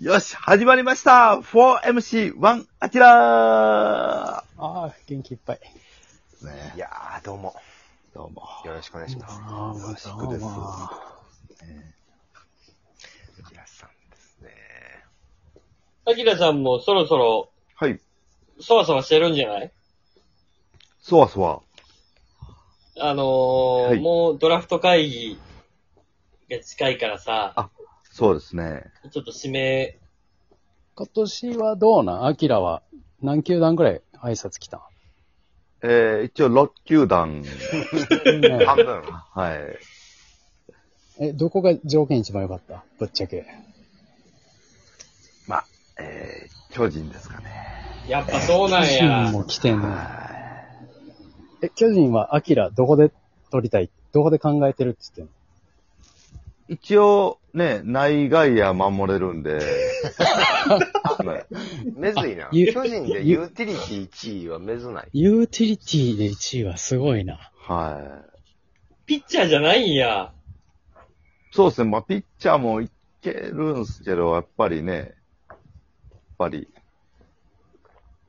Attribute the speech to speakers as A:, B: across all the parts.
A: よし、始まりました !4MC1 アキラ
B: ああ、元気いっぱい。
A: ーね
C: いやー、どうも。
A: どうも。
C: よろしくお願いします。
B: あ
A: よろしくです
C: アキラさんですね。
D: アキラさんもそろそろ、
A: はい。
D: そわそわしてるんじゃない
A: そわそわ。
D: あのー
A: はい
D: もうドラフト会議が近いからさ、
A: そうですね。
D: ちょっと指名、
B: 今年はどうなんアキラは何球団ぐらい挨拶来たん、
A: えー、一応6球団、
B: ね
C: 半分。
A: はい。
B: え、どこが条件一番良かったぶっちゃけ。
A: まあ、えー、巨人ですかね。
D: やっぱそうなん
B: 巨人
D: や。
B: も来てんね。
A: は
B: え、巨人はアキラどこで撮りたいどこで考えてるって言ってん
A: い。一応、ね、内外野守れるんで、ね
C: めずいな。
B: あゆ
C: 巨人でユーティリティ1位はめずない。
B: のユーティリティで1位はすごいな。
A: は
D: ピッチャーじゃないんや。
A: い。そうですね、まあ、ピッチャーもいけるんすけど、やっぱりね、やっぱり、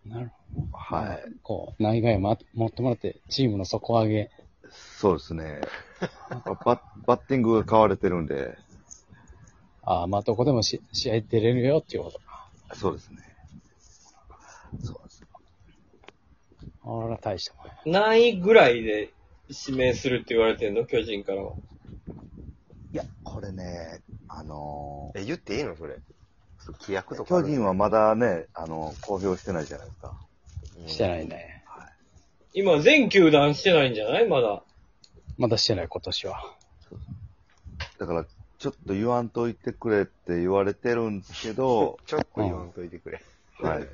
B: なるほど。
A: はい。。
B: こう、内外ま、持ってもらって、チームの底上げ。
A: そうですね。ババッティングが買われてるんで、
B: ああ、まあ、どこでもし試合出れるよっていうこと。
A: そうですね。そうです
B: あら、大したもんや。
D: 何位ぐらいで指名するって言われてんの巨人からは。
A: いや、これね、あの
C: え、言っていいのそれ。そう規約と
A: ー、
C: かあ
A: 巨
C: る。
A: 人はまだね、あの公表してないじゃないですか。
C: うん、
B: してないね。
D: 今全球団してないんじゃないまだ。
B: まだしてない、今年は。
A: だから、ちょっと言わんといてくれって言われてるんですけど
C: ちょっと言わんといてくれ。
A: はい。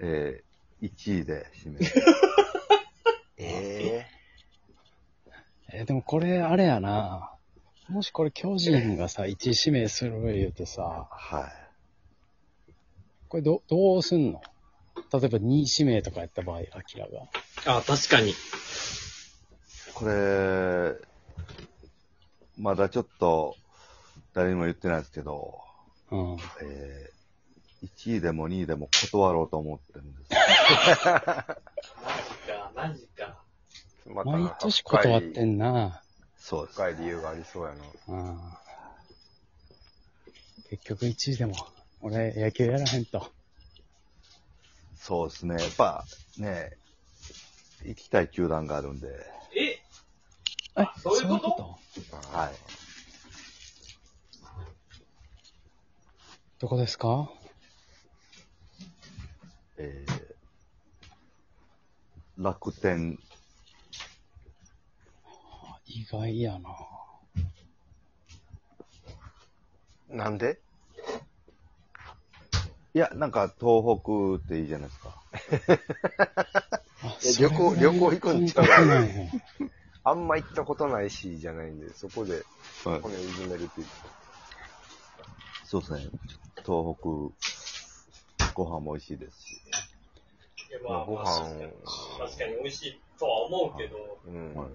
A: えー、1位で指名。
C: え
B: えーでもこれ、あれやな。もしこれ、巨人がさ、1位指 名する言うてさ、
A: はい。
B: これど、どうすんの例えば2位指名とかやった場合、アキラが。
D: あ、確かに。
A: これ、まだちょっと、誰にも言ってないですけど、
B: うん。
A: えー、1位でも2位でも断ろうと思ってるんです。
D: か、マジか。
C: ー。ま
B: 毎年断って
C: ん。
B: んな。
A: そうです。
C: 深い理由がありそうやな。
B: うん。結局1位でも、俺、野球やらへんと。
A: そうですね。やっぱ、ね、行きたい球団があるんで、
D: え、
B: え、
D: そういうこと
A: はい。
B: どこですか
A: えー、楽天、
B: 意外やな。
C: なんで
A: いや、なんか東北っていいじゃないですか。
B: あ
C: いや旅行
B: それ
C: 旅行行くんちゃう
B: 感覚なんや
C: あんま行ったことないし、じゃないんで、そこで
A: はい
C: 骨をいじめるっていう。
A: そうですね。ちょっと東北、ご飯も美味しいですし。
D: いや
C: まあご飯を
D: 確かに美味しいとは思うけど。
C: うん。
A: はい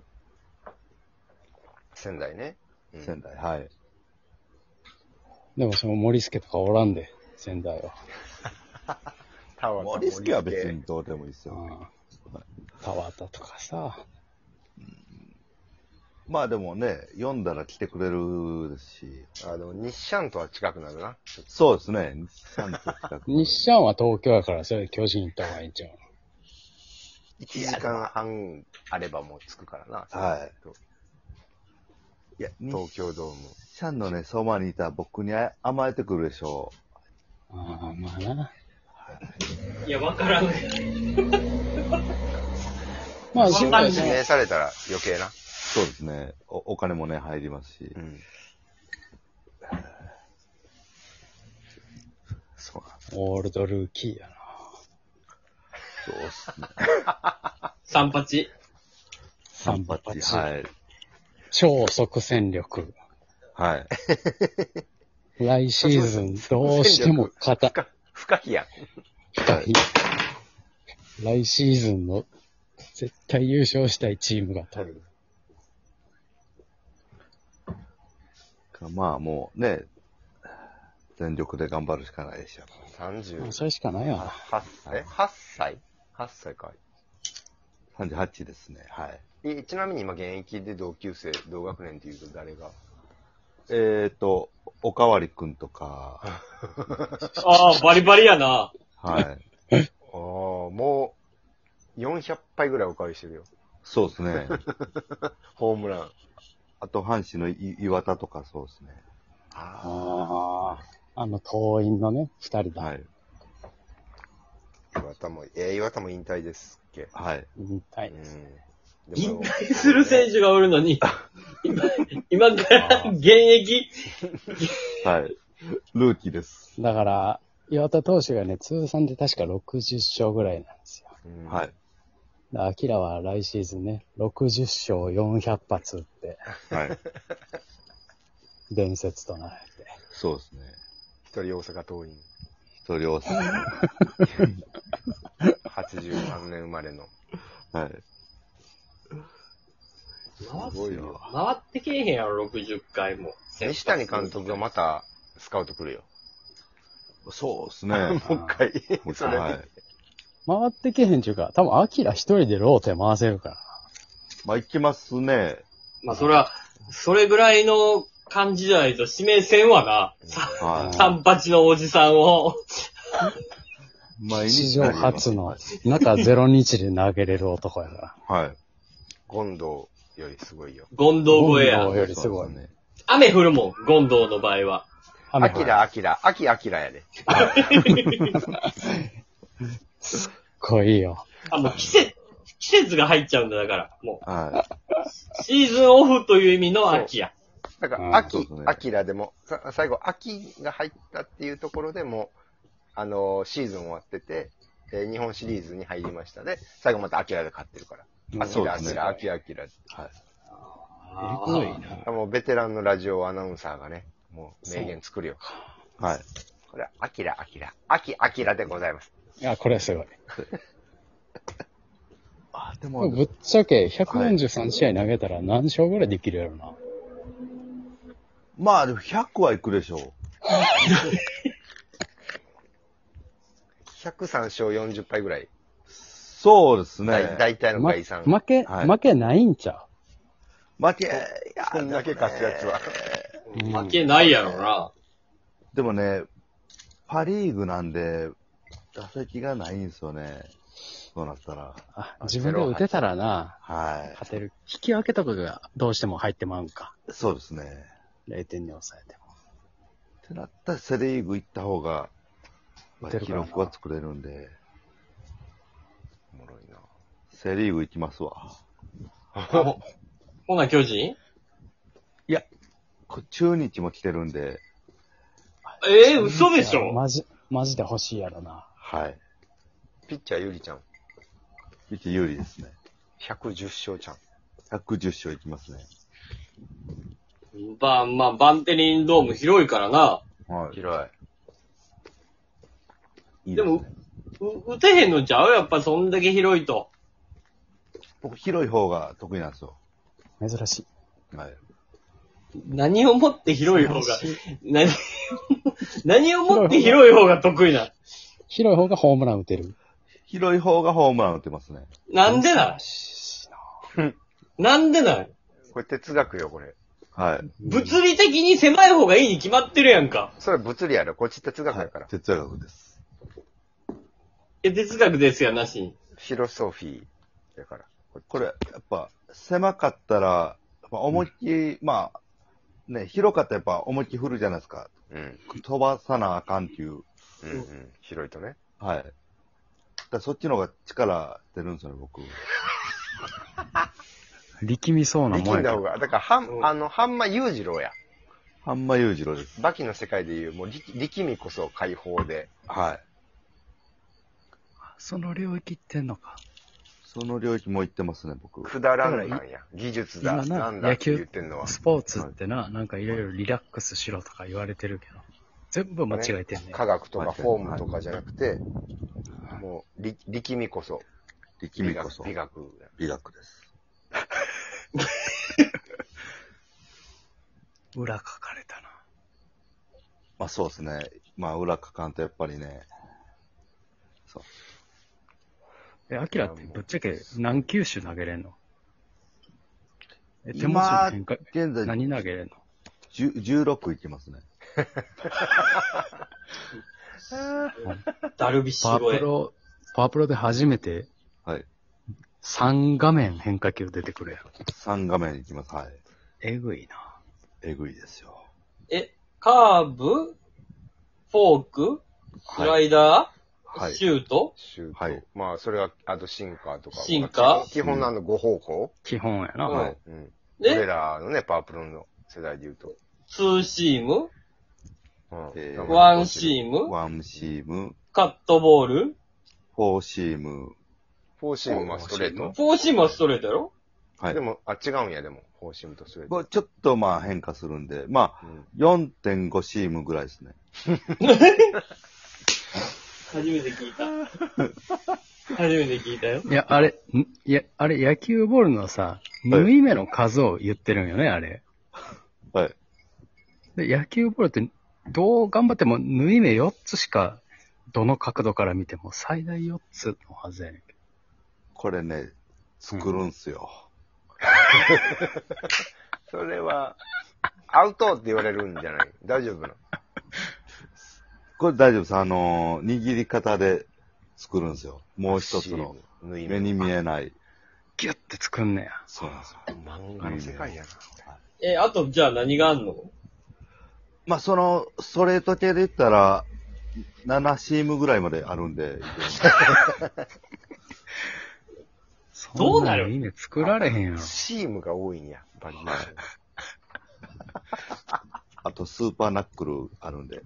C: 仙台ね。うん
A: 仙台、はい。
B: でもその森助とかおらんで、仙台は。
C: タワー
A: 森助は別にどうでもいいですよ。
B: うん田畑とかさ、
A: まあでもね、読んだら来てくれるですし、
C: あの、日シャンとは近くなるな。
A: そうですね。日産と近 く。
B: 日シャンは東京やから、それ巨人行った方がいいんちゃう
C: 1時間半あればもう着くからな。
A: はい
C: そう
A: いや、日
C: 東京ドーム。
A: 産のね、そばにいたら僕に甘えてくるでしょう。
B: ああ、まあな。
D: いや、わからん。
B: まあ、
D: そ
B: そう
D: うだ
B: で
D: ね
B: す
C: 指
B: ね。
C: 名されたら余計な。
A: そうですね。おお金もね、入りますし
C: う。ん。そうなん
B: オールドルーキーやな。
A: そうですね。
D: 三八。
B: 三
A: バッ
B: 八。
A: チはい。
B: 超即戦力。
A: はい。
B: 来シーズン、どうしても勝た
C: 不、可、不可避やん。
B: 深い。来シーズンの、絶対優勝したいチームが取る。
A: まあもうね、全力で頑張るしかないでしょ。
B: もう
C: 38
B: それしかないよな。
C: 歳 ?8 歳 ?8 歳か。
A: 38ですね。はい。
C: えちなみに今現役で同級生、同学年っていうと誰が
A: えっ、ー、と、おかわりくんとか、
D: ああ、バリバリやな。
A: はい。
C: ああ、もう400杯ぐらいおかわりしてるよ。
A: そうです ね。
C: ホームラン。
A: あと、阪神のい岩田とかそうですね。
B: ああ、あの、党員のね、二人だ。
A: はい。
C: 岩田も、えー、岩田も引退ですっけ。
A: はい。
B: 引退です。
C: うん。で
D: 引
C: も
D: 退する選手がおるのに、今、今から現役
A: はい。ルーキーです。
B: だから、岩田投手がね、通算で確か60勝ぐらいなんですよ。
C: うん
A: はい。
B: だからアキラは来シーズンね、60勝400発打って、
A: はい。
B: 伝説となって。
A: そうですね。
C: 一人大阪桐蔭。
A: それを、は
C: 83年生ま れの。
A: い。
D: 回
C: すごいよ。
D: ってけえへんやろ、60回も。
C: 西谷監督がまたスカウト来るよ。
A: そうですね。
C: もう一回。
A: もう
C: それ
A: はい。
B: 回ってけへんちゅうか、多分アキラ一人でローテ回せるから。
A: まあ、いきますね。
D: まあ、それは、それぐらいの感じじゃないと指名せんわな。さ
A: は
D: 三八のおじさんを。
A: い。毎
B: 史上初の中0日で投げれる男やから。
A: はい。
C: 権藤よりすごいよ。
D: 権藤超え
B: 権
D: や
B: 藤。よりすごい
A: そうですね。
D: 雨降るもん、権藤の場合は。
C: ア
B: 雨
C: キ
B: が
C: ラ、アキラ、アキアキラやで。
B: こいいよ。
D: あ、もう季節、季節が入っちゃうんだ、だから。も
A: は
D: う、シーズンオフという意味の秋や。
C: だか
B: うん
C: ら、ア
A: そう
C: キ
A: そうね、
C: アキラでも、さ最後、アキが入ったっていうところでもう、あのーシーズン終わってて、えー日本シリーズに入りましたで、最後またアキラで勝ってるから。アキ
A: そう
C: ラ、
A: で
C: ア
A: す
C: キ
A: ね
C: ラ、アキラ、アキラ。
B: えぐいな。
C: もうベテランのラジオアナウンサーがね、もう名言作るよ。
A: い。はい。
C: これは、アキラ、アキラ、アキ、アキラでございます。
B: いや、これはすごい。
A: あ、でも、
B: ぶっちゃけ143試合投げたら何勝ぐらいできるやろな。
A: まあ、でも100はいくでしょう。
C: 103勝40敗ぐらい。
A: そうです
C: だ
A: ね
C: い。大体の
B: ま
C: 概算。
B: 負け、
A: はい
B: 負けないんちゃ
A: 負け、いや
C: こんだけ勝つやつは。
B: う、うん
D: 負けないやろな。
A: でもね、パリーグなんで、打席がないんですよね。そうなったら。
B: あ自分で打てたらな、
A: は
B: 勝てる。引き分けとかがどうしても入ってまうんか。
A: い。そうですね。
B: 0点に抑えても。
A: ってなったらセリーグ行った方が、まあ
B: 打てる
A: 記
B: かな
A: 録は作れるんで、
C: おもろいな。
A: セリーグ行きますわ。
D: ほほな、巨人
A: こ中日も来てるんで、
D: ええ嘘でしょ
B: マジ、マジで欲しいやろな。
A: はい。
C: ピッチャーゆりちゃん、
A: 見て有利ですね。
C: 110勝ちゃん。
A: 110勝行きますね。
D: ば、まあ、バンテリンドーム広いからな。
A: は
C: 広
A: い。
C: い。
A: いい
D: ですも
A: ね。、
D: う打てへんのちゃうやっぱそんだけ広いと。
A: 僕、広い方が得意なんですよ。
B: 珍しい。
A: はい。
D: 何をもって広い方が、
B: 珍しい
D: 何、 何をもって広い方が得意な。
B: 広い方がホームラン打てる。
A: 広い方がホームラン打てますね。
D: なんでなんなんでなん
C: これ哲学よ、これ。
A: はい。
D: 物理的に狭い方がいいに決まってるやんか。
C: それは物理やろ。こっち哲学
A: は
C: や
A: い
C: から。。
A: 哲学です。
D: え、哲学ですやなしに。
C: フィロソフィーやから。
A: これ、やっぱ、狭かったら、やっぱ思いっきり、まあ、ね、広かったらやっぱ思いっきり振るじゃないですか。
C: うん。
A: 飛ばさなあかんっていう。
C: うん、うん。広いとね。
A: はい。だからそっちの方が力出るんですよね、僕。
B: 力みそうなもん
C: 力
B: や
C: んだ
B: け
C: 方
B: ど。
C: が。だから、は、
D: うんん
C: あの、半間裕次郎や。
A: 半間裕次郎です。
C: バキの世界で言う、もう力、力みこそ解放で。
A: はい。
B: その領域ってんのか。
A: その領域も行ってますね、僕。
C: くだらんなんや。技術だ。
B: 今な
C: なんだって言ってんのは。
B: スポーツってな、なんかいろいろリラックスしろとか言われてるけど、全部間違えてんね。
C: 科学と
A: 間違
C: か
A: えて
C: フォームとかじゃなくて、もう、力力みこそ。
A: 力みこそ。
C: 美学。美学や
A: 美学です。
B: 裏書かれたな。
A: まあそうですね。まあ裏かかんとやっぱりね、
B: え、アキラってぶっちゃけ何球種投げれんのえ、手持ち
A: 今
B: の変化、
A: 現在
B: 何投げれんの
A: 10 16いきますね。
D: ダルビッシ
B: パワー
D: ュ超
B: プ
D: え。
B: ロ、パワープロで初めて
A: はい。
B: 3画面変化球出てくるやろ。
A: 3画面いきます。はい。
B: えぐいな。
A: えぐいですよ。
D: え、カーブフォークスライダー、
A: はい。
D: シュート
C: シュート。
A: はい
C: まあ、それは、あと、シンカーとかも。
D: シンカー
C: 基本のあの、5方向。
B: 基本やな。
D: うん
A: はい
C: うん。俺
D: で、
C: らのね、パワープロの世代で言うと。
D: ツーシーム
C: うん
A: えー
C: だから
D: ワンシーム
A: ワンシーム、
D: カットボール
A: フォーシーム、
C: フォーシームはストレート。
D: フォーシームはストレートやろ
A: はい
C: で。も、あ、違うんや、でも。フォーシームとストレー
A: こ
C: ト。
A: れちょっとまあ変化するんで、まあ
C: うん
A: 4.5シームぐらいですね。
D: 初めて聞いた。 初めて聞いたよ。
B: いや、あれ、んいや、あれ、野球ボールのさ、縫い目の数を言ってるんよね、あれ。
A: はい。
B: で、野球ボールって、どう頑張っても縫い目4つしか、どの角度から見ても最大4つのはずやねんけど。
A: これね、作るんすよ。
C: それは、アウトって言われるんじゃない大丈夫なの
A: これ大丈夫です。あのー握り方で作るんですよ。もう一つの。
C: 縫い
A: 目
C: 目。
A: に見えない。
B: ギュッて作んねや。
A: そうなんですよ。
C: 漫画の世界やな。
D: え、あと、じゃあ何があんの
A: まあ、その、ストレート系で言ったら、7チームぐらいまであるんで、
D: どうなる
B: そん縫い目作られへんやろ。
C: シームが多いんや、バリエーション
A: あとスーパーナックルあるんで。